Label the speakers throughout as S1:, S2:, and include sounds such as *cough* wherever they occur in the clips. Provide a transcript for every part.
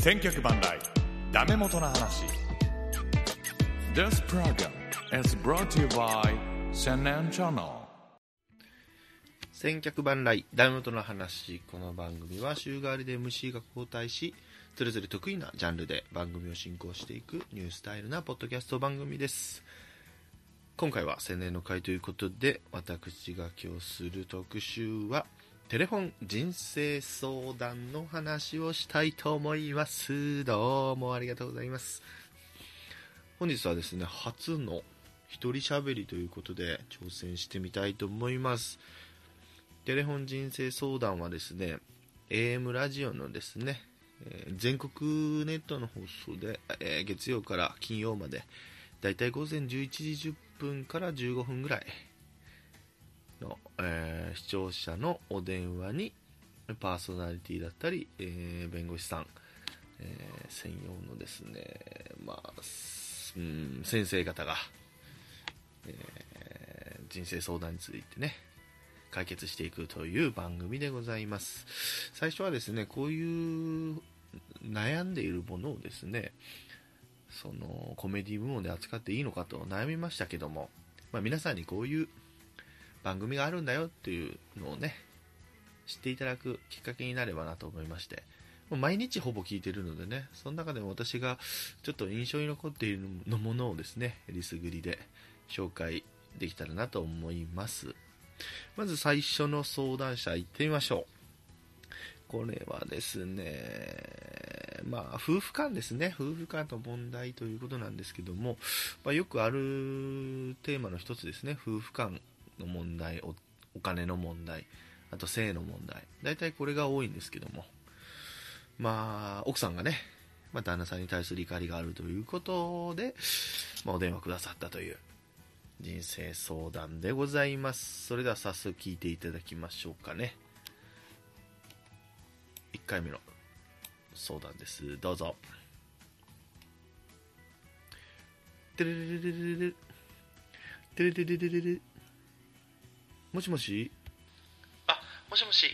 S1: 千脚万来ダメ元な話 This program is brought to you by 千年チャンネル
S2: 千客万来ダメ元の話この番組は週替わりで MC が交代しそれぞれ得意なジャンルで番組を進行していくニュースタイルなポッドキャスト番組です今回は青年の会ということで私が今日する特集はテレフォン人生相談の話をしたいと思いますどうもありがとうございます本日はですね初の一人喋りということで挑戦してみたいと思いますテレフォン人生相談はですね、AM ラジオのですね、えー全国ネットの放送で、えー月曜から金曜まで、だいたい午前11時10分から15分ぐらいの、えー視聴者のお電話に、パーソナリティだったり、えー弁護士さん、えー専用のですね、まあ、すうん先生方が、えー人生相談についてね、解決していくという番組でございます最初はですねこういう悩んでいるものをですねそのコメディ部門で扱っていいのかと悩みましたけども、まあ、皆さんにこういう番組があるんだよっていうのをね知っていただくきっかけになればなと思いましてもう毎日ほぼ聞いてるのでねその中でも私がちょっと印象に残っているのものをですねリスグリで紹介できたらなと思いますまず最初の相談者行ってみましょう。これはですね、まあ、夫婦間ですね。夫婦間の問題ということなんですけども、まあ、よくあるテーマの一つですね。夫婦間の問題、おお金の問題、あと性の問題。大体これが多いんですけども、まあ、奥さんがね、まあ、旦那さんに対する怒りがあるということで、まあ、お電話くださったという。人生相談でございますそれでは早速聞いていただきましょうかね1回目の相談ですどうぞてれれれれれれてれれれれれれもしもし
S3: あ、もしもし。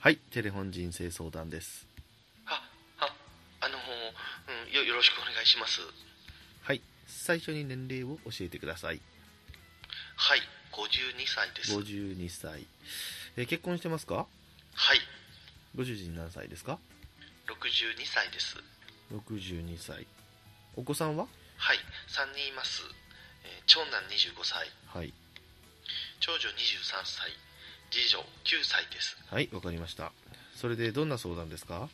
S2: はいテレフォン人生相談です
S3: あ、あ、あのーうん、よ、よろしくお願いします。
S2: はい最初に年齢を教えてください
S3: はい、52歳です。はい、
S2: 52歳、えー結婚してますかご主人何歳ですか
S3: 62歳です。
S2: 62歳お子さんは
S3: はい、3人います。えー長男25歳、
S2: はい
S3: 長女23歳、次女9歳です。
S2: はいわかりましたそれでどんな相談ですか
S3: はい、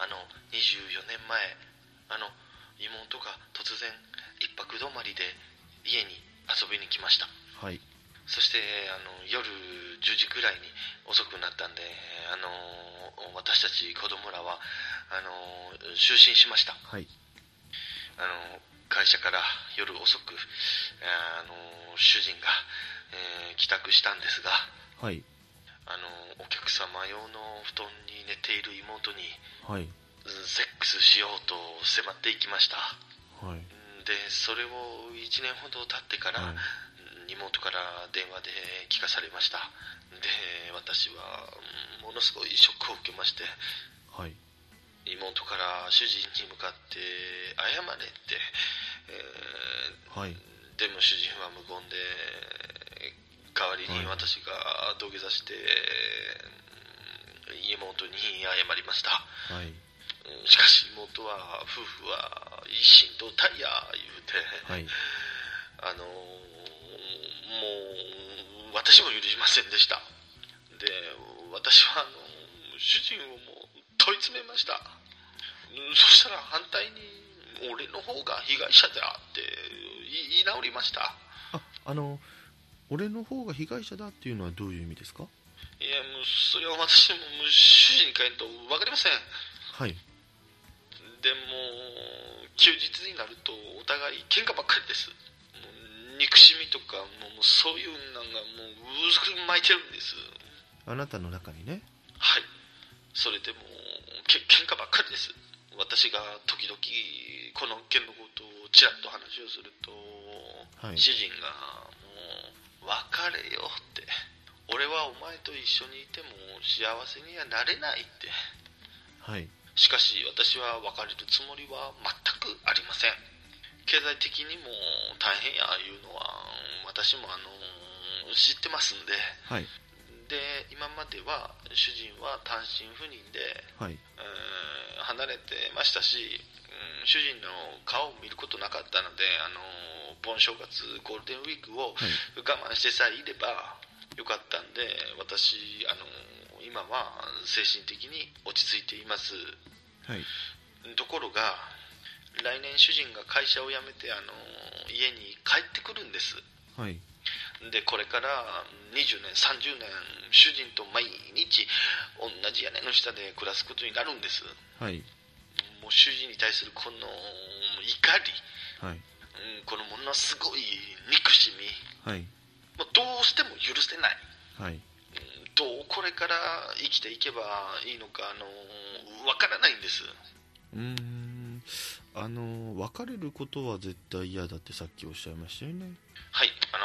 S3: あの、24年前、あの、妹が突然、一泊泊まりで家に遊びに来ました。
S2: はい
S3: そしてあの夜10時くらいに遅くなったんであの私たち子供らはあの就寝しました
S2: はい
S3: あの会社から夜遅くあの主人が、えー帰宅したんですが
S2: はい
S3: あのお客様用の布団に寝ている妹に
S2: は
S3: うん
S2: い
S3: セックスしようと迫っていきました
S2: はい
S3: うんでそれを1年ほど経ってから、
S2: はい
S3: 妹から電話で聞かされましたで私はうんものすごいショックを受けまして
S2: はい
S3: 妹から主人に向かって謝れって、
S2: は
S3: え
S2: い
S3: ーでも主人は無言で代わりに
S2: はい
S3: 私が土下座して、うん妹に謝りました
S2: はい
S3: うんしかし妹は夫婦は一心同体や言うて、
S2: はい
S3: あのーもう私も許しませんでしたで私はあのー主人をもう問い詰めましたうんそしたら反対に俺の方が被害者だって言い言い直りました
S2: ああの俺の方が被害者だっていうのはどういう意味ですか
S3: いやもうそれは私ももう主人からと分かりません
S2: はい
S3: でも休日になるとお互い喧嘩ばっかりですもう憎しみとかもうもうそういうのがもううずくまいてるんです
S2: あなたの中にね
S3: はいそれでもけ喧嘩ばっかりです私が時々この件のことをちらっと話をすると、
S2: はい
S3: 主人が「もう別れよ」って「俺はお前と一緒にいても幸せにはなれない」って
S2: はい
S3: しかし私は別れるつもりは全くありません経済的にも大変やいうのは私もあの知ってますんで
S2: はい
S3: で今までは主人は単身赴任で、
S2: はい
S3: えー離れてましたし、うん主人の顔を見ることなかったのであの盆正月ゴールデンウィークを
S2: はい
S3: 我慢してさえいればよかったんで私あの今は精神的に落ち着いています
S2: はい
S3: ところが来年主人が会社を辞めてあの家に帰ってくるんです
S2: はい
S3: でこれから20年30年主人と毎日同じ屋根の下で暮らすことになるんです
S2: はい
S3: もう主人に対するこの怒り、
S2: はい
S3: うんこのものすごい憎しみ
S2: はい
S3: もうどうしても許せない、
S2: はい
S3: うんどうこれから生きていけばいいのかあのわからないんです
S2: うーんあの別れることは絶対嫌だってさっきおっしゃいましたよね
S3: はいあ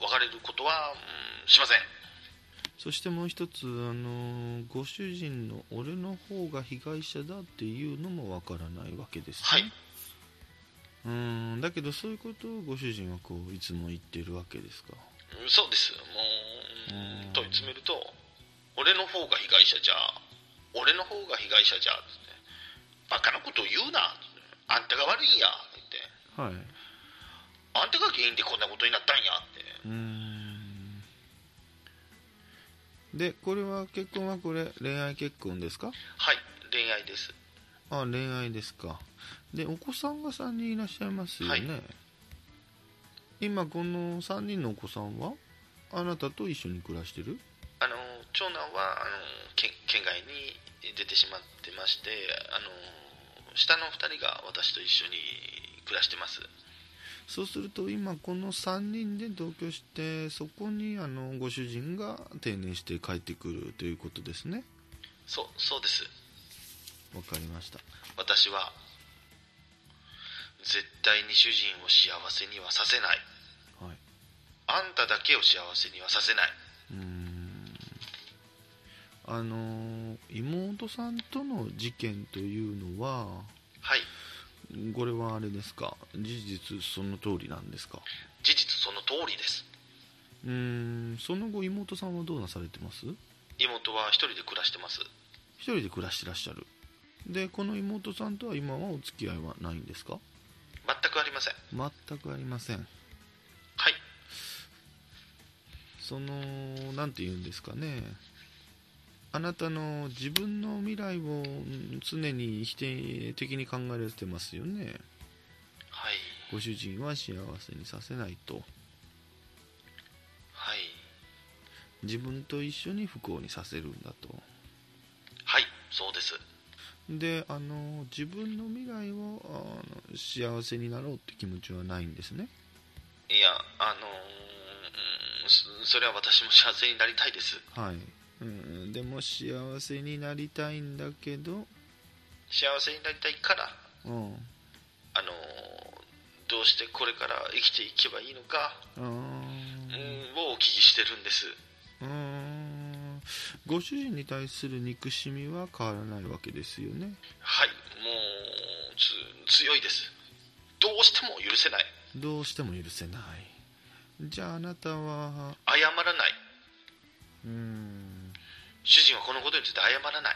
S3: の別れることは、うんしません
S2: そしてもう一つあのご主人の俺の方が被害者だっていうのもわからないわけです、ね、
S3: はい、
S2: うーんだけどそういうことをご主人はこういつも言ってるわけですか
S3: うんそうですもう、
S2: うん
S3: 問い詰めると俺の方が被害者じゃ俺の方が被害者じゃつってバカなことを言うなつってあんたが悪いんやって
S2: はい
S3: あんたが原因でこんなことになったんやって
S2: うーんでこれは結婚はこれ恋愛結婚ですか
S3: はい恋愛です
S2: あ恋愛ですかでお子さんが3人いらっしゃいますよね、
S3: は
S2: 今この3人のお子さんはあなたと一緒に暮らしてる
S3: あの長男はあの県県外に出てしまってましてあの下の2人が私と一緒に暮らしてます
S2: そうすると今この3人で同居してそこにあのご主人が定年して帰ってくるということですね
S3: そうそうです
S2: わかりました
S3: 私は絶対に主人を幸せにはさせない
S2: はい
S3: あんただけを幸せにはさせないう
S2: ーんあの妹さんとの事件というのは
S3: はい
S2: これはあれですか事実その通りなんですか
S3: 事実その通りです
S2: うーんその後妹さんはどうなされてます
S3: 妹は一人で暮らしてます
S2: 一人で暮らしてらっしゃるでこの妹さんとは今はお付き合いはないんですか
S3: 全くありません
S2: 全くありません
S3: はい
S2: その何て言うんですかねあなたの自分の未来をうん常に否定的に考えられてますよね
S3: はい
S2: ご主人は幸せにさせないと
S3: はい
S2: 自分と一緒に不幸にさせるんだと
S3: はいそうです
S2: であの自分の未来をあの幸せになろうって気持ちはないんですね
S3: いやあのーうんそそれは私も幸せになりたいです
S2: はい、うん、でも幸せになりたいんだけど、
S3: 幸せになりたいから
S2: うん、
S3: あのーどうしてこれから生きていけばいいのか、
S2: うーん
S3: うん、をお聞きしてるんです
S2: うーんご主人に対する憎しみは変わらないわけですよね
S3: はいもうつ強いですどうしても許せない
S2: どうしても許せないじゃああなたは
S3: 謝らないう
S2: ーん
S3: 主人はこのことについて謝らない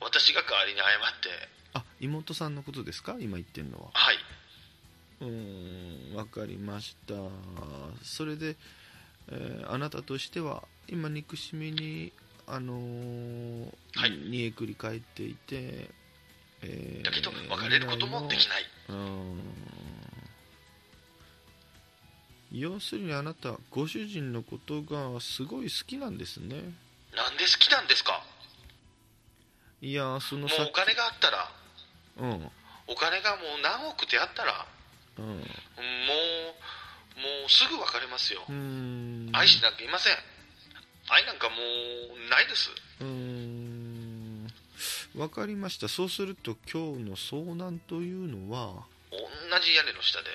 S3: 私が代わりに謝って
S2: あ妹さんのことですか今言ってるのは
S3: はいう
S2: ーんわかりましたそれで、えーあなたとしては今憎しみにあのー
S3: はい
S2: 煮えくり返っていて、えー
S3: だけど別れることもできないう
S2: ーん要するにあなたご主人のことがすごい好きなんですね
S3: なんで好きなんですか
S2: いやーそ
S3: も
S2: の
S3: う
S2: さ
S3: お金があったら
S2: うんうん
S3: お金がもう何億ってあったらもうもうすぐ別れますよ
S2: うーん
S3: 愛してなんかいません愛なんかもうないです
S2: うーんわかりましたそうすると今日の遭難というのは
S3: 同じ屋根の下で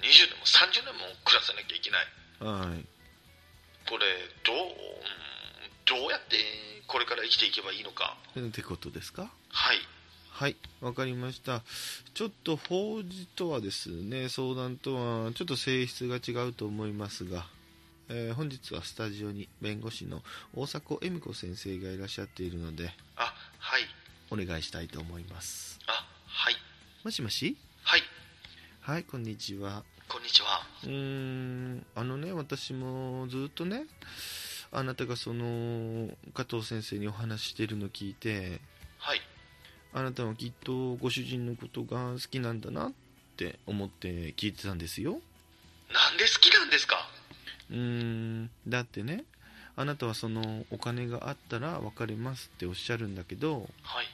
S3: 20年も30年も暮らさなきゃいけない
S2: はい
S3: これどううんどうやってこれから生きていけばいいのか
S2: ってことですか
S3: はい
S2: はい、わかりました。ちょっと法事とはですね、相談とはちょっと性質が違うと思いますが、えー本日はスタジオに弁護士の大迫恵美子先生がいらっしゃっているので、
S3: あはい
S2: お願いしたいと思います。
S3: あはい
S2: もしもし
S3: はい
S2: はい、こんにちは。
S3: こんにちは
S2: うーん、あのね、私もずっとね、あなたがその、加藤先生にお話ししているのを聞いて、
S3: はい
S2: あなたはきっとご主人のことが好きなんだなって思って聞いてたんですよ。
S3: なんで好きなんですか
S2: うーん、だってね、あなたはそのお金があったら別れますっておっしゃるんだけど、
S3: はい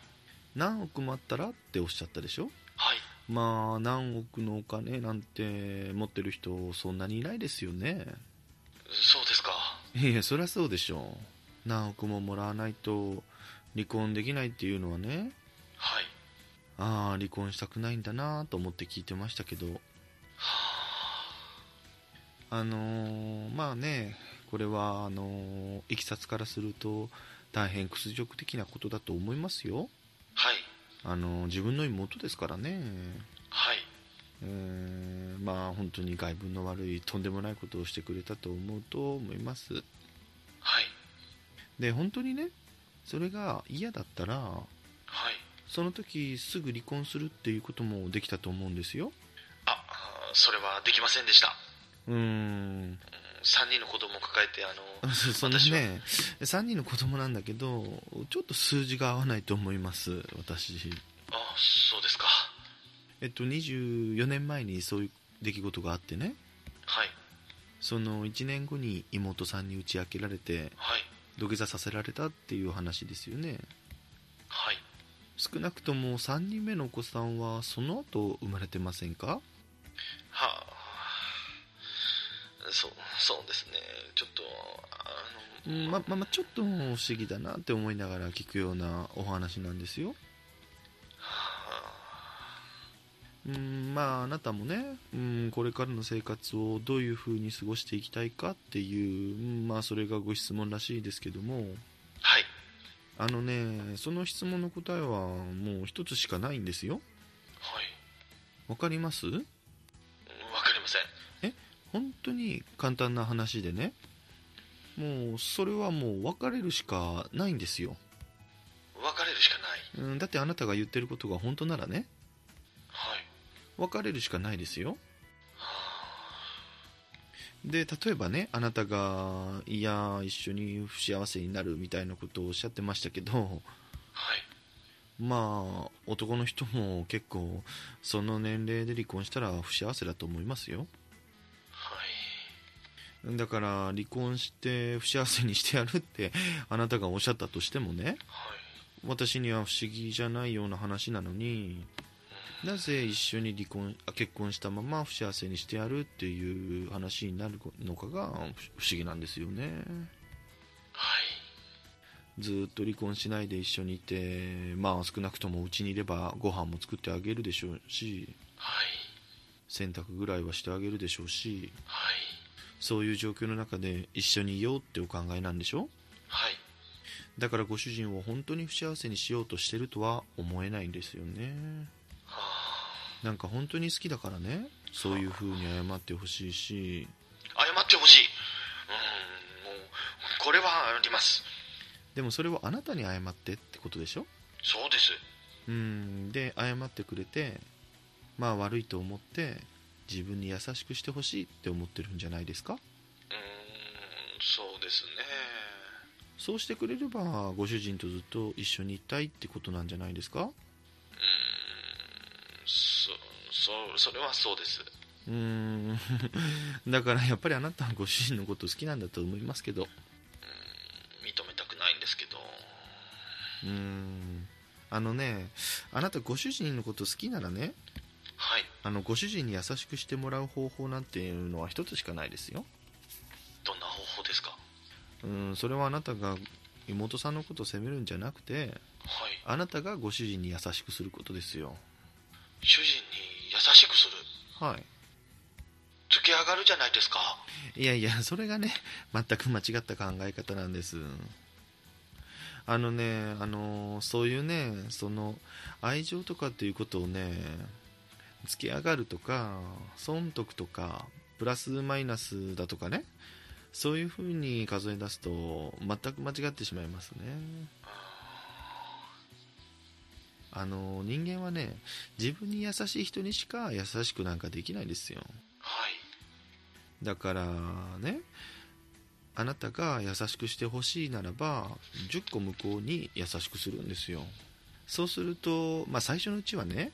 S2: 何億もあったらっておっしゃったでしょ
S3: はい
S2: まあ、何億のお金なんて持ってる人そんなにいないですよね。
S3: そうですか
S2: いや、そりゃそうでしょう。何億ももらわないと離婚できないっていうのはね、
S3: はい
S2: ああ、離婚したくないんだなと思って聞いてましたけど、あのーまあね、これは、あのーいきさつからすると、大変屈辱的なことだと思いますよ。
S3: はい
S2: あのー自分の妹ですからね。
S3: はいう
S2: ーん、まあ本当に外分の悪い、とんでもないことをしてくれたと思うと思います。
S3: はい
S2: で、本当にね、それが嫌だったら、
S3: はい
S2: その時すぐ離婚するっていうこともできたと思うんですよ。
S3: ああーそれはできませんでした
S2: うーん。
S3: 3人の子供を抱えてあの *laughs*
S2: そその
S3: 私は
S2: ね、3人の子供なんだけど、ちょっと数字が合わないと思います、私。
S3: あそうですか
S2: えっと、24年前にそういう出来事があってね、
S3: はい
S2: その1年後に妹さんに打ち明けられて、
S3: はい
S2: 土下座させられたっていう話ですよね。
S3: はい
S2: 少なくとも3人目のお子さんはその後生まれてませんか
S3: はあそうそうですねちょっとあ
S2: うんま、ま、ま、ちょっと不思議だなって思いながら聞くようなお話なんですよ。うんまああなたもね、うん、これからの生活をどういうふうに過ごしていきたいかっていう、うんまあそれがご質問らしいですけども
S3: はい
S2: あのねその質問の答えはもう一つしかないんですよ
S3: はい
S2: わかります
S3: うんわかりません
S2: 本当に簡単な話でねもうそれはもう別れるしかないんですよ、
S3: 別れるしかない
S2: うん、だってあなたが言ってることが本当ならね
S3: はい
S2: 別れるしかないですよで例えばねあなたがいや一緒に不幸せになるみたいなことをおっしゃってましたけど
S3: はい
S2: まあ男の人も結構その年齢で離婚したら不幸せだと思いますよ
S3: はい
S2: だから離婚して不幸せにしてやるってあなたがおっしゃったとしてもね
S3: はい
S2: 私には不思議じゃないような話なのになぜ一緒に離婚あ結婚したまま不幸せにしてやるっていう話になるのかが不思議なんですよね
S3: はい
S2: ずーっと離婚しないで一緒にいてまあ少なくともうちにいればご飯も作ってあげるでしょうし
S3: はい
S2: 洗濯ぐらいはしてあげるでしょうし
S3: はい
S2: そういう状況の中で一緒にいようってお考えなんでしょ
S3: はい
S2: だからご主人を本当に不幸せにしようとしてるとは思えないんですよねなんか本当に好きだからねそういう風に謝ってほしいし
S3: 謝ってほしいうんもうこれはあります
S2: でもそれをあなたに謝ってってことでしょ
S3: そうです
S2: うんで謝ってくれてまあ悪いと思って自分に優しくしてほしいって思ってるんじゃないですか
S3: うんそうですね
S2: そうしてくれればご主人とずっと一緒にいたいってことなんじゃないですか
S3: そそそれはそうです
S2: うーん *laughs* だからやっぱりあなたはご主人のこと好きなんだと思いますけど
S3: 認めたくないんですけど
S2: うーんあのねあなたご主人のこと好きならね
S3: はい
S2: あのご主人に優しくしてもらう方法なんていうのは一つしかないですよ
S3: どんな方法ですか
S2: うーんそれはあなたが妹さんのことを責めるんじゃなくて
S3: はい
S2: あなたがご主人に優しくすることですよ
S3: 主人に優しくする
S2: は
S3: 突き上がるじゃないですか
S2: いいやいやそれがね全く間違った考え方なんですあのね、あのそういうね、その、愛情とかっていうことをね、つけ上がるとか、損得とか、プラスマイナスだとかね、そういうふうに数え出すと、全く間違ってしまいますね。あの人間はね、自分に優しい人にしか優しくなんかできないですよ。
S3: はい
S2: だからねあなたが優しくしてほしいならば10個向こうに優しくするんですよそうすると、まあ、最初のうちはね、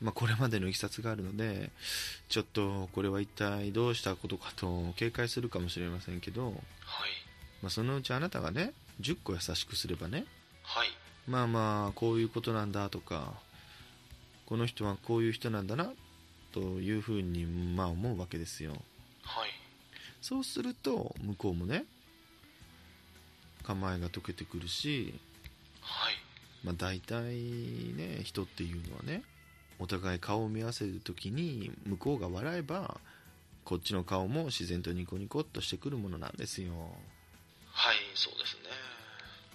S2: まあ、これまでのいきさつがあるのでちょっとこれは一体どうしたことかと警戒するかもしれませんけど、
S3: はい
S2: まあ、そのうちあなたがね10個優しくすればね
S3: はい
S2: まあまあこういうことなんだとかこの人はこういう人なんだなというふうにまあ思うわけですよ
S3: はい
S2: そうすると向こうもね構えが解けてくるし、
S3: はい
S2: まあ、大体ね人っていうのはねお互い顔を見合わせる時に向こうが笑えばこっちの顔も自然とニコニコっとしてくるものなんですよ
S3: はいそうですね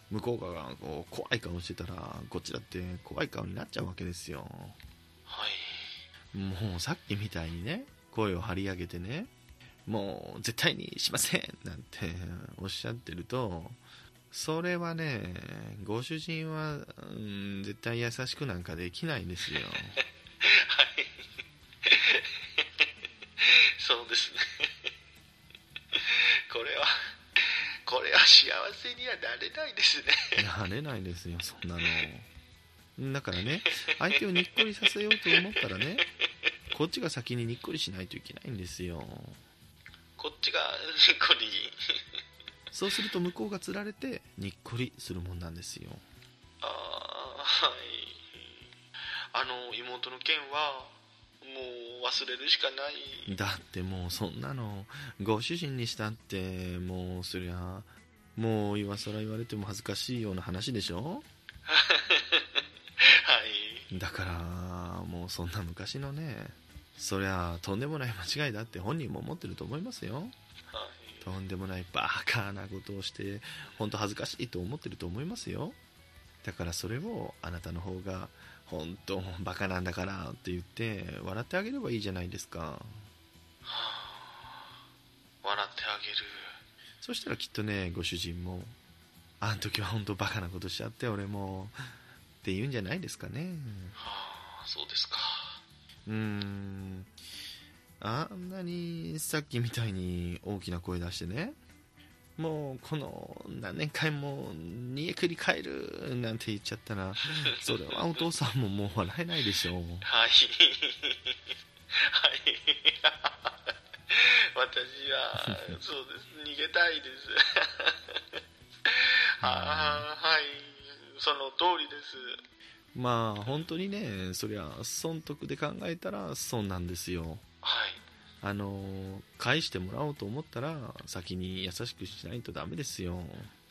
S2: 向こうがこう怖い顔してたらこっちだって怖い顔になっちゃうわけですよ
S3: はい
S2: もうさっきみたいにね声を張り上げてねもう絶対にしませんなんておっしゃってるとそれはねご主人は、うん、絶対優しくなんかできないんですよ
S3: はいそうですね *laughs* これはこれは幸せにはなれないですね
S2: なれないですよそんなのだからね相手をにっこりさせようと思ったらねこっちが先ににっこりしないといけないんですよ
S3: こっちがニコリ
S2: そうすると向こうがつられてにっこりするもんなんですよ
S3: ああはいあの妹の件はもう忘れるしかない
S2: だってもうそんなのご主人にしたってもうそりゃもう今更言われても恥ずかしいような話でしょ
S3: はい
S2: だからもうそんな昔のねそりゃとんでもない間違いだって本人も思ってると思いますよ
S3: はい
S2: とんでもないバカなことをして本当恥ずかしいと思ってると思いますよだからそれをあなたの方が本当バカなんだからって言って笑ってあげればいいじゃないですか
S3: 笑ってあげる
S2: そしたらきっとね、ご主人も、あん時は本当バカなことしちゃって、俺も、って言うんじゃないですかね。
S3: はあそうですか
S2: うーん。あんなに、さっきみたいに大きな声出してね、もうこの何年間も煮えくり返るなんて言っちゃったら、それはお父さんももう笑えないでしょう。
S3: はいはい私はそうです逃げたいですああはいその通りです
S2: まあ本当にね、そりゃ損得で考えたら損なんですよ。
S3: はい
S2: あの返してもらおうと思ったら先に優しくしないとダメですよ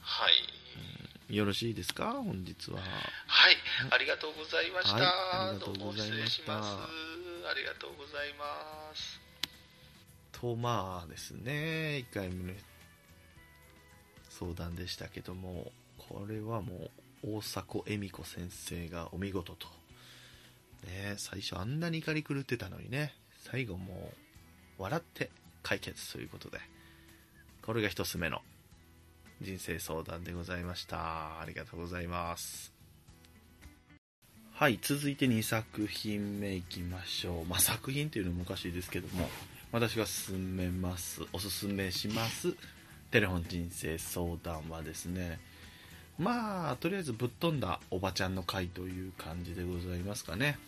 S3: はい
S2: よろしいですか本日は
S3: はいありがとうございました、
S2: はいあり
S3: ど
S2: がと
S3: う
S2: う
S3: も
S2: ござい
S3: 失礼
S2: ま
S3: し
S2: した
S3: ますありがとうございます
S2: とまあですね1回目の相談でしたけどもこれはもう大迫恵美子先生がお見事とね最初あんなに怒り狂ってたのにね最後もう笑って解決ということでこれが一つ目の人生相談でございましたありがとうございますはい続いて2作品目いきましょう、まあ、作品というのもおかしいですけども私が勧めますおすすめしますテレフォン人生相談はですねまあとりあえずぶっ飛んだおばちゃんの会という感じでございますかね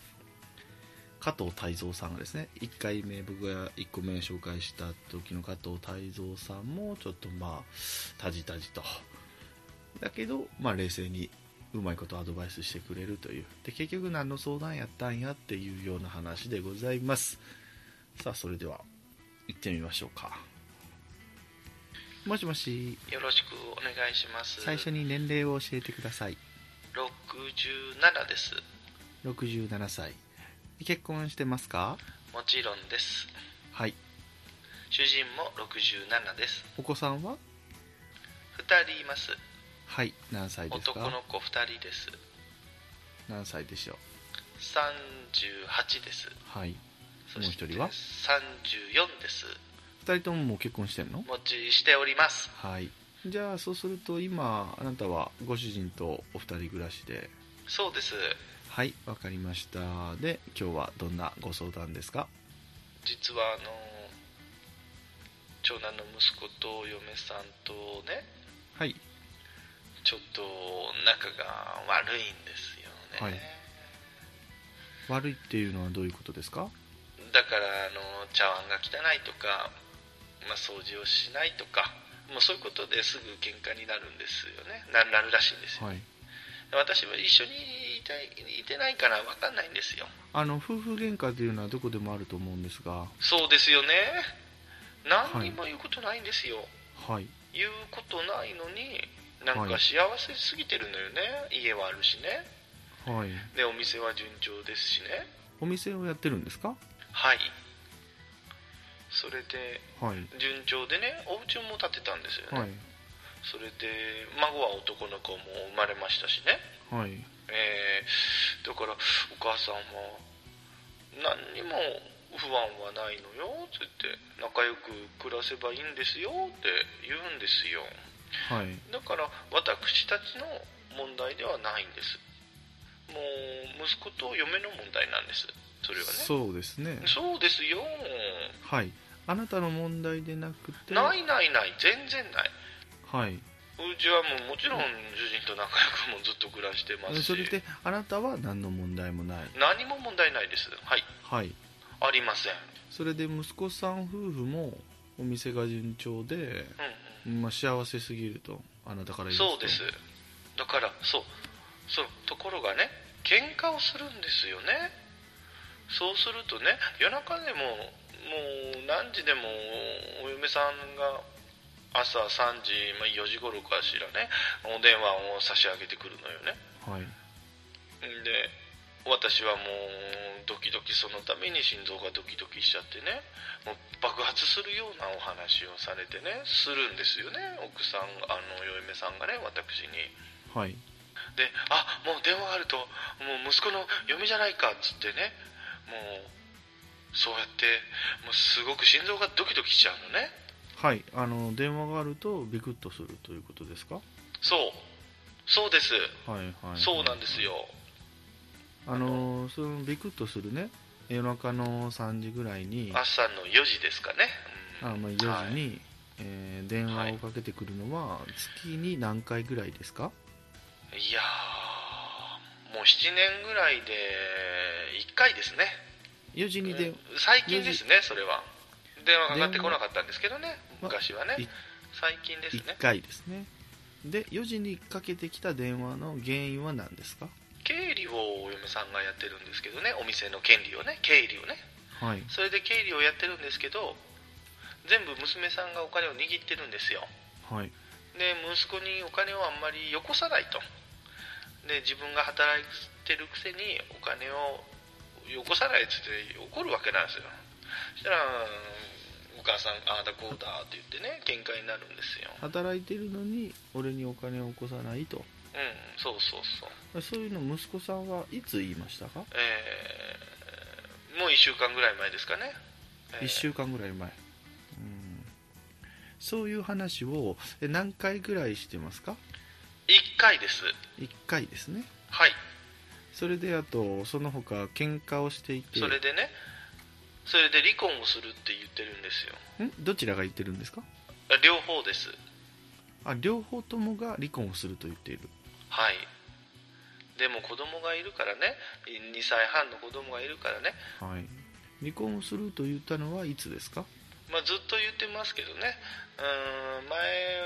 S2: 加藤泰造さんがですね1回目僕が1個目紹介した時の加藤泰造さんもちょっとまあたじたじとだけどまあ冷静にうまいことアドバイスしてくれるというで結局何の相談やったんやっていうような話でございますさあそれでは行ってみましょうかもしもし
S3: よろしくお願いします
S2: 最初に年齢を教えてください
S3: 67です
S2: 67歳結婚してますか
S3: もちろんです
S2: はい
S3: 主人も67です
S2: お子さんは
S3: 2人います
S2: はい何歳です
S3: 男の
S2: か
S3: 子2人です
S2: 何歳でしょう
S3: 38です
S2: はい
S3: そして
S2: もう一人は
S3: 34です
S2: 2人とももう結婚してんの
S3: お持ちしております
S2: はいじゃあそうすると今あなたはご主人とお二人暮らしで
S3: そうです
S2: はいわかりましたで今日はどんなご相談ですか
S3: 実はあの長男の息子と嫁さんとね
S2: はい
S3: ちょっと仲が悪いんですよね、
S2: はい悪いっていうのはどういうことですか
S3: だからあの茶碗が汚いとか、まあ、掃除をしないとかもうそういうことですぐ喧嘩になるんですよねななるらしいんですよ、
S2: はい
S3: 私は一緒にいたいいてないから分かんないんですよ
S2: あの夫婦喧嘩というのはどこでもあると思うんですが
S3: そうですよね何にも言うことないんですよ、
S2: はい
S3: 言うことないのになん
S2: は
S3: か
S2: い
S3: 幸せすぎてるのよね、家はあるしね
S2: はい
S3: でお店は順調ですしね
S2: お店をやってるんですか
S3: はいそれで
S2: はい
S3: 順調でねお家も建てたんですよね、
S2: はい
S3: それで孫は男の子も生まれましたしね、
S2: はい
S3: えーだからお母さんは何にも不安はないのよって言って仲良く暮らせばいいんですよって言うんですよ
S2: はい
S3: だから私たちの問題ではないんですもう息子と嫁の問題なんですそれはね
S2: そうですね
S3: そうですよ
S2: はいあなたの問題でなくて
S3: ないないない全然ない
S2: はいう
S3: ちはもうもちろん主人と仲良くもずっと暮らしてますし
S2: それであなたは何の問題もない
S3: 何も問題ないですはい
S2: はい
S3: ありません
S2: それで息子さん夫婦もお店が順調で、
S3: うん
S2: まあ、幸せすぎるとあなたから
S3: う
S2: 言
S3: んそ
S2: いますと
S3: うですだからそうそうところがね喧嘩をするんですよねそうするとね夜中でももう何時でもお嫁さんが朝3時、まあ、4時頃かしらねお電話を差し上げてくるのよね
S2: はい
S3: んで私はもうドキドキそのために心臓がドキドキしちゃってねもう爆発するようなお話をされてねするんですよね奥さんがあのお嫁さんがね私に
S2: はい
S3: であもう電話があるともう息子の嫁じゃないかっつってねもうそうやってもうすごく心臓がドキドキしちゃうのね
S2: はいあの電話があるとビクッとするということですか
S3: そうそうです、
S2: はいはい
S3: そうなんですよ
S2: あのそのビクッとするね夜中の3時ぐらいにあ
S3: 朝の4時ですかね、うん
S2: まあ、
S3: は
S2: 4
S3: い
S2: 時に、えー電話をかけてくるのは月に何回ぐらいですか
S3: いやーもう7年ぐらいで1回ですね、
S2: 4時にで、
S3: うん最近ですねそれは電話かかってこなかったんですけどね
S2: 電
S3: 昔
S2: 話
S3: はね
S2: い
S3: 最近ですね
S2: 1回ですねで4時にかけてきた電話の原因は何ですか
S3: 経理をお嫁さんがやってるんですけどねお店の権利をね経理をね
S2: はい
S3: それで経理をやってるんですけど全部娘さんがお金を握ってるんですよ
S2: はい
S3: で息子にお金をあんまりよこさないとで自分が働いてるくせにお金をよこさないっつって怒るわけなんですよそしたらお母さんああだこうだって言ってね喧嘩になるんですよ
S2: 働いてるのに俺にお金を起こさないと
S3: うんそうそうそう
S2: そういうの息子さんはいつ言いましたか、
S3: えーもう1週間ぐらい前ですかね、えー
S2: 1週間ぐらい前うんそういう話をえ何回ぐらいしてますか
S3: 1回です
S2: 1回ですね
S3: はい
S2: それであとその他喧嘩をしていて
S3: それでねそれで離婚をするって言ってるんですよ
S2: んどちらが言ってるんですか
S3: 両方です
S2: あ両方ともが離婚をすると言っている
S3: はいでも子供がいるからね2歳半の子供がいるからね、
S2: はい離婚をすると言ったのはいつですか
S3: まあ、ずっと言ってますけどねうーん前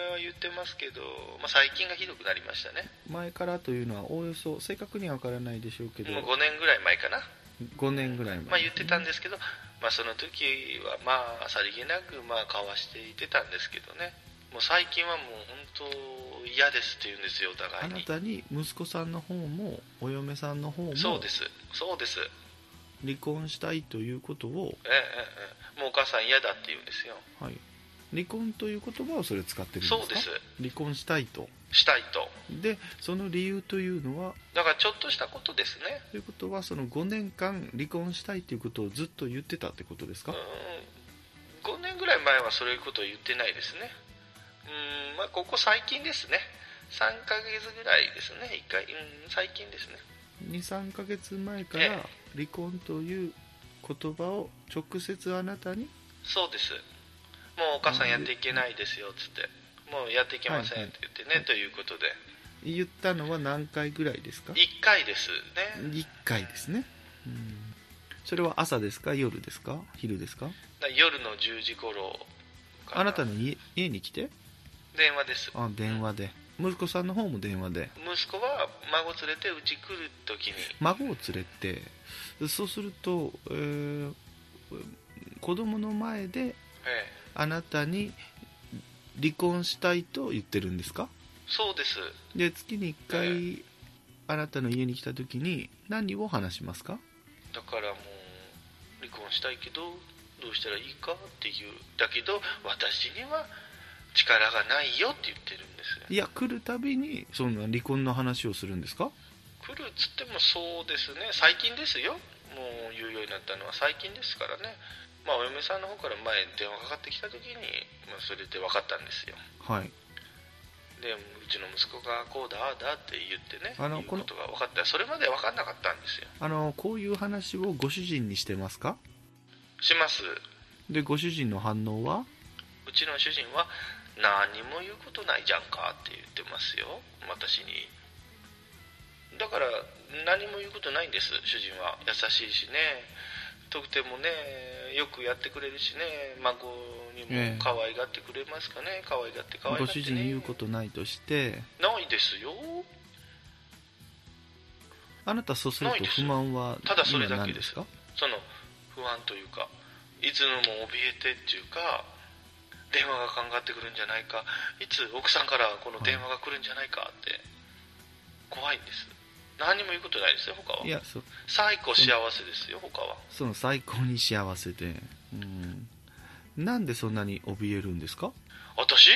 S3: は言ってますけど、まあ、最近がひどくなりましたね
S2: 前からというのはおおよそ正確にはわからないでしょうけど
S3: もう5年ぐらい前かな、
S2: 5年ぐらい前
S3: まあ、言ってたんですけど、まあ、その時はまあさりげなくまあ交わしていてたんですけどねもう最近はもう本当嫌ですって言うんですよお互
S2: あ
S3: い
S2: な
S3: に
S2: たに息子さんの方もお嫁さんの方も
S3: そうですそうです
S2: 離婚したいということを、
S3: ええええええもうお母さん嫌だって言うんですよ
S2: はい、離婚という言葉をそれ使ってるんですか
S3: そうです
S2: 離婚したいと
S3: したいと
S2: でその理由というのは
S3: だからちょっとしたことですね
S2: ということはその5年間離婚したいということをずっと言ってたってことですか
S3: うん5年ぐらい前はそういうことを言ってないですねうんまあここ最近ですね3ヶ月ぐらいですね1回、うん、最近ですね
S2: 23ヶ月前か
S3: え
S2: ら離婚という言葉を直接あなたに
S3: そうですもうお母さんやっていけないですよっつってもうやっていけませんって言ってね、
S2: はいはい
S3: ということで
S2: 言ったのは何回ぐらいですか
S3: 1回ですね
S2: 1回ですねうんそれは朝ですか夜ですか昼ですか
S3: だ夜の10時頃か
S2: あなたの家家に来て
S3: 電話です
S2: あ電話で息子さんの方も電話で
S3: 息子は孫連れてうち来る時に
S2: 孫を連れてそうすると、えー子供の前で
S3: ええ
S2: あなたに離婚したいと言ってるんですか
S3: そうです
S2: で月に1回あなたの家に来た時に何を話しますか
S3: だからもう離婚したいけどどうしたらいいかっていうだけど私には力がないよって言ってるんです
S2: いや来るたびにそんな離婚の話をするんですか
S3: 来るっつってもそうですね最近ですよもう言うようになったのは最近ですからねまあお嫁さんの方から前電話かかってきた時に、まあ、それで分かったんですよ
S2: はい
S3: でうちの息子がこうだああだって言ってね
S2: あの
S3: 言うことが分かったそれまで分かんなかったんですよ
S2: あのこういう話をご主人にしてますか
S3: します
S2: でご主人の反応は
S3: うちの主人は何も言うことないじゃんかって言ってますよ私にだから何も言うことないんです主人は優しいしね特典もねよくやってくれるしね孫に
S2: ええ
S3: も可愛がってくれますかね可愛がって可愛が
S2: ご
S3: って、ね、
S2: 主人に言うことないとして
S3: ないですよ
S2: あなたそうすると不満は
S3: ただそれだ
S2: 今何
S3: け
S2: ですか
S3: その不安というかいつのも怯えてっていうか電話がかかってくるんじゃないかいつ奥さんからこの電話が来るんじゃないかって怖いんです何にも言うことないですよ他はい
S2: やそ
S3: 最高幸せですよ他は
S2: その最高に幸せで、うん、なんでそんなに怯えるんですか
S3: 私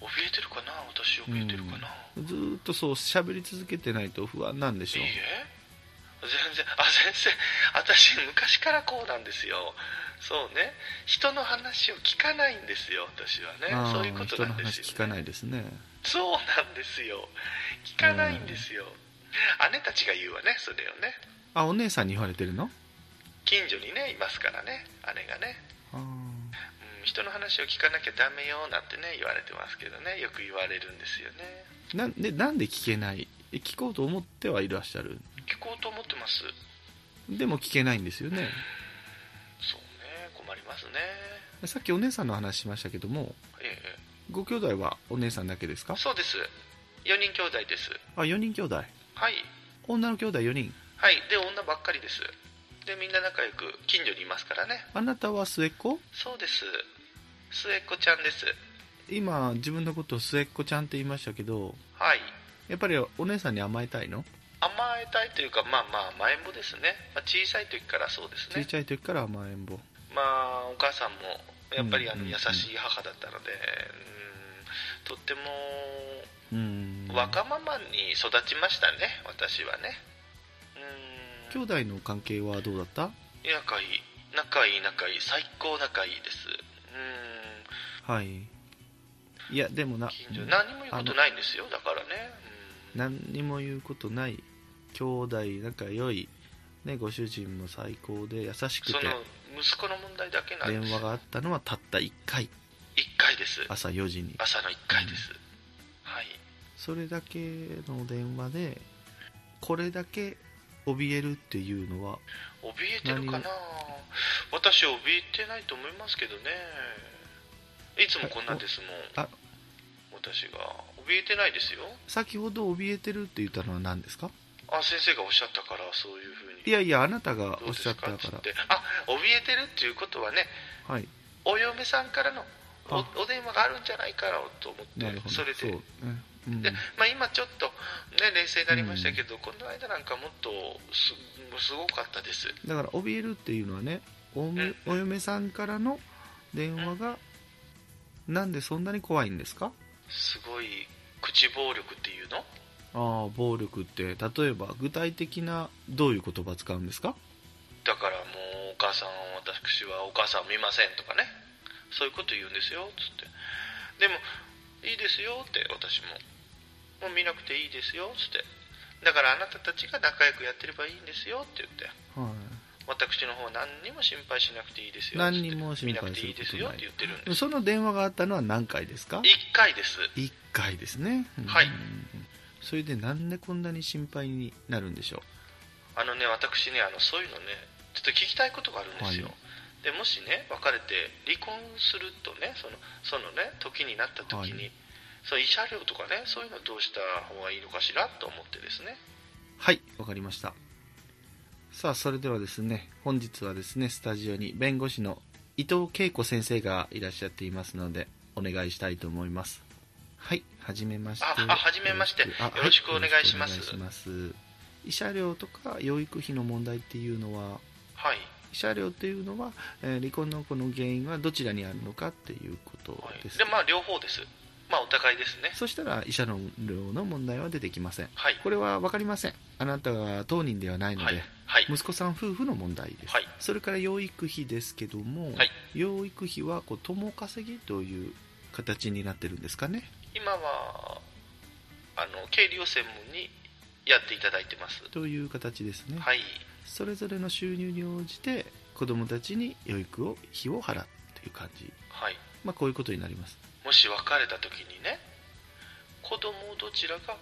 S3: 怯えてるかな私怯えてるかな、
S2: ずーっとそう喋り続けてないと不安なんでしょ
S3: いいえ全然あ先生私昔からこうなんですよそうね人の話を聞かないんですよ私はね
S2: あー
S3: そういうこと
S2: 人
S3: な
S2: の
S3: んです
S2: 話
S3: よ、
S2: 聞かないですね
S3: そうなんですよ聞かないんですよ、姉たちが言うわねそれをね
S2: あお姉さんに言われてるの
S3: 近所にねいますからね姉がね、
S2: あ
S3: うん、人の話を聞かなきゃダメよなんてね言われてますけどねよく言われるんですよね
S2: ーなんでなんで聞けないえ聞こうと思ってはいらっしゃる
S3: 聞こうと思ってます
S2: でも聞けないんですよね
S3: そうね困りますね
S2: さっきお姉さんの話しましたけども
S3: ええ
S2: ご兄弟はお姉さんだけですか
S3: そうです4人兄弟です
S2: あ4人兄弟
S3: はい
S2: 女の兄弟4人
S3: はいで女ばっかりですでみんな仲良く近所にいますからね
S2: あなたは末っ子
S3: そうです末っ子ちゃんです
S2: 今自分のことを末っ子ちゃんって言いましたけど
S3: はい
S2: やっぱりお姉さんに甘えたいの
S3: 甘えたいというかまあまあ甘えん坊ですね、まあ、小さい時からそうです
S2: 小
S3: ね
S2: さい時から甘えん坊
S3: まあお母さんもやっぱりあ
S2: うん
S3: の
S2: うんうん
S3: 優しい母だったので、うんとっても
S2: うん
S3: わがままに育ちましたね私はねう
S2: 兄
S3: ん
S2: 弟の関係はどうだった
S3: 仲いい仲いい仲いい最高仲いいですうん
S2: はいいやでもな
S3: 近所何も言うことないんですよだからね、うん
S2: 何にも言うことない兄弟仲良い、ね、ご主人も最高で優しくて
S3: その息子の問題だけなん
S2: 電
S3: です
S2: 話があったのはたった1回
S3: 1回です
S2: 朝4時に
S3: 朝の1回です、はい
S2: それだけの電話でこれだけ怯えるっていうのは
S3: 怯えてるか
S2: 何
S3: な私怯えてないと思いますけどねいつもこんなんですもん
S2: あ
S3: 私が怯えてないですよ
S2: 先ほど怯えてるって言ったのは何ですか
S3: あ先生がおっしゃったからそういうふうに
S2: いやいやあなたが
S3: ど
S2: お
S3: うで
S2: っし
S3: す
S2: ゃったか
S3: からっつってあ怯えてるっていうことはね
S2: はい
S3: お嫁さんからのお
S2: あ
S3: お電話があるんじゃないかなと思
S2: な
S3: っ
S2: る
S3: て
S2: ほど
S3: それ
S2: そう
S3: で、
S2: うん
S3: でまあ、今ちょっと、ね、冷静になりましたけど、この間なんかもっとすもうすごかったです
S2: だから怯えるっていうのはねお
S3: う
S2: め
S3: ん
S2: お嫁さんからの電話がなんでそんなに怖いんですか
S3: すごい口暴力っていうの
S2: ああ暴力って例えば具体的などういう言葉使うんですか
S3: だからもうお母さん私はお母さんを見ませんとかねそういうこと言うんですよつってでもいいですよって私ももう見なくていいですよつってだからあなたたちが仲良くやってればいいんですよって言って
S2: は
S3: 私の方何にも心配しなくていいですよ
S2: 何にも心配
S3: つって見なくていいですよって言ってるんです
S2: いその電話があったのは何回ですか
S3: 1回です
S2: 1回ですね
S3: はい
S2: うんそれでなんでこんなに心配になるんでしょ
S3: あのね私ねあのそういうのねちょっと聞きたいことがあるんですよ、
S2: は
S3: でもしね別れて離婚するとねそのそのね時になった時
S2: は
S3: に、そう慰謝料とかねそういうのどうした方がいいのかしらと思ってですね
S2: うはいわかりましたさあそれではですね本日はですねスタジオに弁護士の伊藤恵子先生がいらっしゃっていますのでお願いしたいと思いますはいはじめまして
S3: ああはじめまして
S2: あ
S3: よろしくお願いします
S2: はよろくお願いします慰謝料とか養育費の問題っていうのは
S3: はい
S2: 慰謝料っていうのは、えー離婚のこの原因はどちらにあるのかっていうこと
S3: はい
S2: です、
S3: でまあ両方ですまあお互いですね
S2: そしたら慰謝料の問題は出てきません
S3: はい
S2: これは分かりませんあなたが当人ではないので、
S3: はいはい
S2: 息子さん夫婦の問題です、
S3: はい
S2: それから養育費ですけども、
S3: はい
S2: 養育費はこう共稼ぎという形になってるんですかね
S3: 今はあの経理を専門にやっていただいてます
S2: という形ですね、
S3: はい
S2: それぞれの収入に応じて子供たちに養育を費を払うという感じ、
S3: はい
S2: まあ、こういうことになります
S3: もし別れた時にね子供をどちらが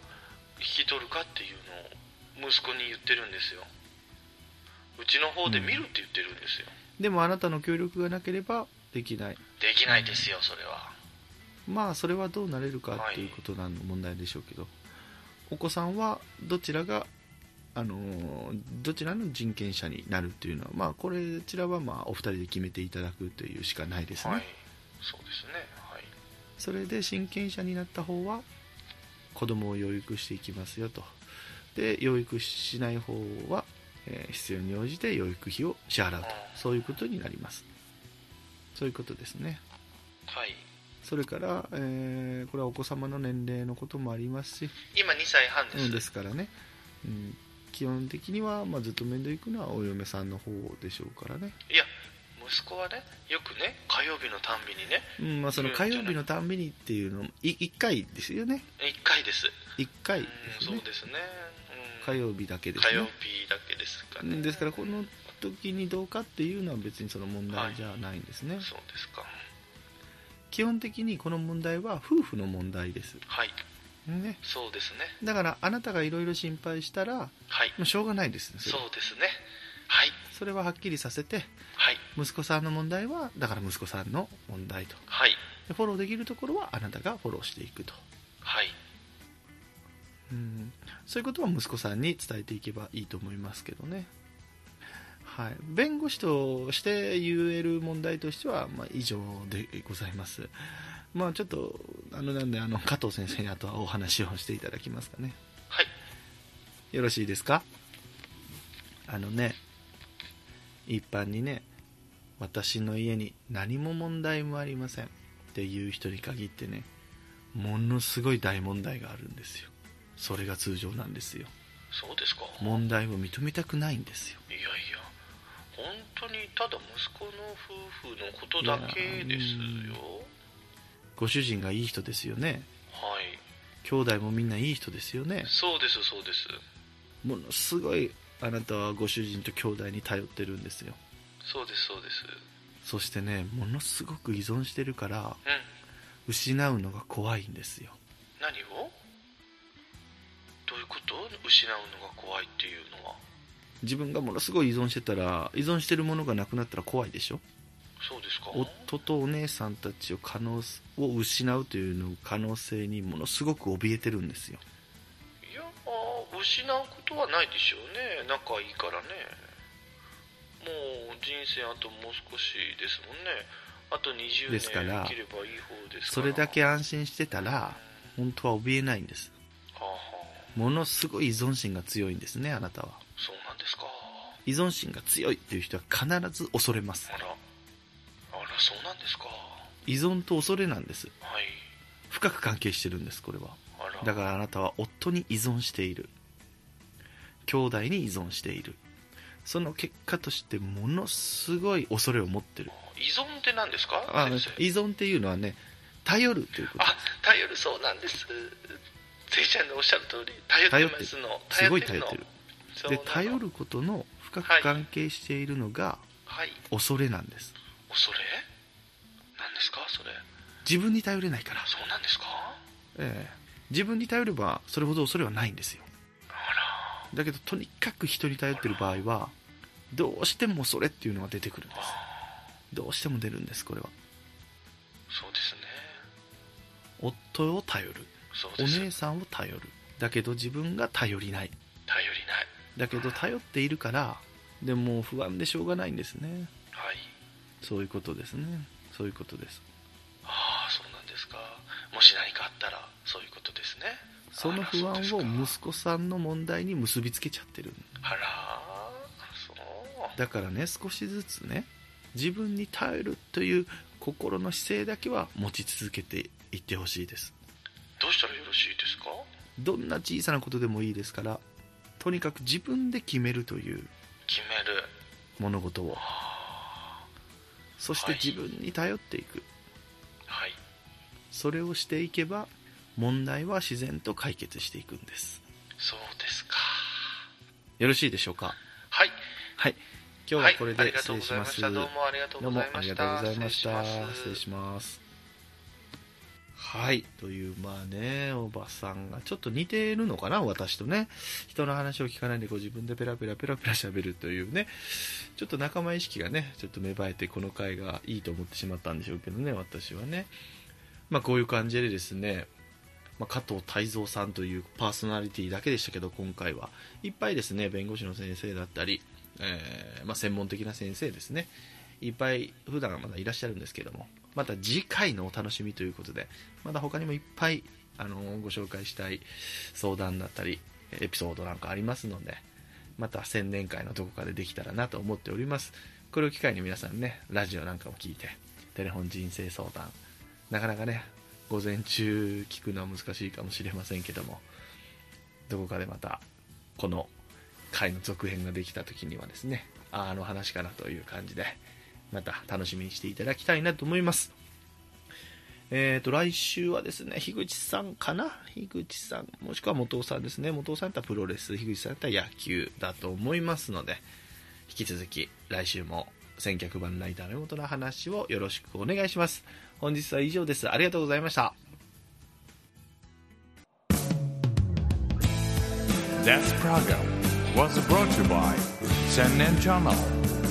S3: 引き取るかっていうのを息子に言ってるんですようちの方で見るって言ってるんですよ、
S2: でもあなたの協力がなければできない
S3: できないですよそれは
S2: まあそれはどうなれるかっていうことなの問題でしょうけど、お子さんはどちらがあのーどちらの人権者になるっていうのはまあこれちらはまあお二人で決めていただくというしかないですね、
S3: はいそうですねはい
S2: それで親権者になった方は子供を養育していきますよとで養育しない方は、えー必要に応じて養育費を支払うとそういうことになりますそういうことですね
S3: はい
S2: それから、えーこれはお子様の年齢のこともありますし、
S3: 今2歳半で
S2: うん、
S3: す
S2: ですからね、うん、基本的には、まあ、ずっと面倒いくのはお嫁さんの方でしょうからね、
S3: いや息子はねよくね火曜日のたんびにね
S2: うんまあ、その火曜日のたんびにっていうのも1回ですよね
S3: 1回です、
S2: 1回
S3: う
S2: で
S3: ん
S2: す
S3: そう
S2: ね
S3: ですね、うん
S2: 火曜日だけです
S3: 火曜
S2: ね
S3: 日だけですか
S2: う
S3: ね
S2: んですからこの時にどうかっていうのは別にその問題じゃないんですね、
S3: そうですか
S2: 基本的にこの問題は夫婦の問題です、
S3: はい
S2: ね、
S3: そうですね
S2: だからあなたがいろいろ心配したらも
S3: はい、
S2: うしょうがないですねそれ
S3: そうですねはい
S2: それははっきりさせて
S3: はい
S2: 息子さんの問題はだから息子さんの問題と
S3: はい
S2: でフォローできるところはあなたがフォローしていくと
S3: はい
S2: うんそういうことは息子さんに伝えていけばいいと思いますけどね、はい、弁護士として言える問題としては、まあ、以上でございますまあちょっとあのなんであの加藤先生にあとはお話をしていただきますかね
S3: はい
S2: よろしいですかあのね一般にね私の家に何も問題もありませんっていう人に限ってねものすごい大問題があるんですよそれが通常なんですよ
S3: そうですかいやい
S2: 問題を認めたくないんですよ
S3: や本当にただ息子の夫婦のことだけですよ
S2: ご主人がいい人ですよね
S3: はい
S2: 兄弟もみんないい人ですよね
S3: そうですそうです
S2: ものすごいあなたはご主人と兄弟に頼ってるんですよ
S3: そうですそうです
S2: そしてねものすごく依存してるから
S3: うん
S2: 失うのが怖いんですよ
S3: 何をどういうこと失うのが怖いっていうのは
S2: 自分がものすごい依存してたら依存してるものがなくなったら怖いでしょ
S3: そうですか
S2: 夫とお姉さんたちを可能を失うというの可能性にものすごく怯えてるんですよ
S3: いやー失うことはないでしょうね仲いいからねもう人生あともう少しですもんねあと20
S2: で
S3: 年
S2: すから
S3: 生きればいい方ですか
S2: そ
S3: ら
S2: れだけ安心してたら本当は怯えないんです
S3: はあ、はあ、
S2: ものすごい依存心が強いんですねあなたは
S3: そうなんですか
S2: 依存心が強いっていう人は必ず恐れます
S3: あらあらそうなんですかは
S2: 依存と恐れなんです
S3: い
S2: 深く関係してるんですこれは
S3: ああら
S2: だからあなたは夫に依存している兄弟に依存しているその結果としてものすごい恐れを持ってる
S3: 依存って何ですか
S2: あ
S3: 先生
S2: 依存っていうのはね頼るということ
S3: あ頼るそうなんですせいちゃんのおっしゃる通り頼ってますの
S2: すごい頼ってる
S3: そうな
S2: で
S3: の
S2: 頼ることの深く関係しているのが
S3: はい
S2: 恐れなんです
S3: 恐れ何ですかそれ
S2: 自分に頼れないから、
S3: そうなんですか
S2: ええ自分に頼ればそれほど恐れはないんですよ
S3: あ
S2: だけどとにかく人に頼ってる場合はどうしてもそれっていうのが出てくるんですどうしても出るんですこれは
S3: らそうですね
S2: 夫を頼る
S3: そう
S2: お
S3: です
S2: 姉さんを頼るだけど自分が頼りない
S3: 頼りない
S2: だけど頼っているからでもう不安でしょうがないんですね
S3: はい
S2: そういうことですねそういうことです
S3: ああそうなんですかもし何かあったらそういうことですね
S2: その不安を息子さんの問題に結びつけちゃってる
S3: あらそうですかあらそう
S2: だからね少しずつね自分に頼るという心の姿勢だけは持ち続けていってほしいです
S3: どうしたらよろしいですか
S2: どんな小さなことでもいいですからとにかく自分で決めるという
S3: 決める
S2: 物事をそし
S3: は
S2: て
S3: い
S2: 自分に頼っていく、
S3: はい
S2: それをしていけば問題は自然と解決していくんです
S3: そうですか
S2: よろしいでしょうか
S3: はい
S2: はい今日はこ
S3: はい、
S2: れ
S3: あ
S2: で
S3: りが
S2: 失
S3: とう
S2: 礼
S3: ご
S2: し
S3: ざい
S2: ま
S3: ましたど
S2: す、
S3: うもありがとうご
S2: どうも
S3: ざ
S2: あ
S3: いま
S2: り
S3: し
S2: がとう
S3: た
S2: ございました。失
S3: 失
S2: 礼
S3: 礼
S2: し
S3: し
S2: ます。はい。という、まあね、おばさんが、ちょっと似てるのかな、私とね。人の話を聞かないで、ご自分でペラペラペラペラ喋るというね。ちょっと仲間意識がね、ちょっと芽生えて、この回がいいと思ってしまったんでしょうけどね、私はね。まあ、こういう感じでですね、まあ、加藤泰造さんというパーソナリティだけでしたけど、今回は。いっぱいですね、弁護士の先生だったり、えーまあ、専門的な先生ですね。いっぱい普段はまだいらっしゃるんですけどもまた次回のお楽しみということでまだ他にもいっぱい、あのご紹介したい相談だったりエピソードなんかありますのでまた宣伝会のどこかでできたらなと思っておりますこれを機会に皆さんねラジオなんかも聞いてテレフォン人生相談なかなかね午前中聞くのは難しいかもしれませんけどもどこかでまたこの回の続編ができた時にはですねああの話かなという感じでまた楽しみにしていただきたいなと思いますえー、と来週はですね樋口さんかな樋口さんもしくは元尾さんですね元尾さんだったらプロレス樋口さんだったら野球だと思いますので引き続き来週も千客万来ダメ元の話をよろしくお願いします本日は以上ですありがとうございました
S1: This program was brought to you by Sennen Channel.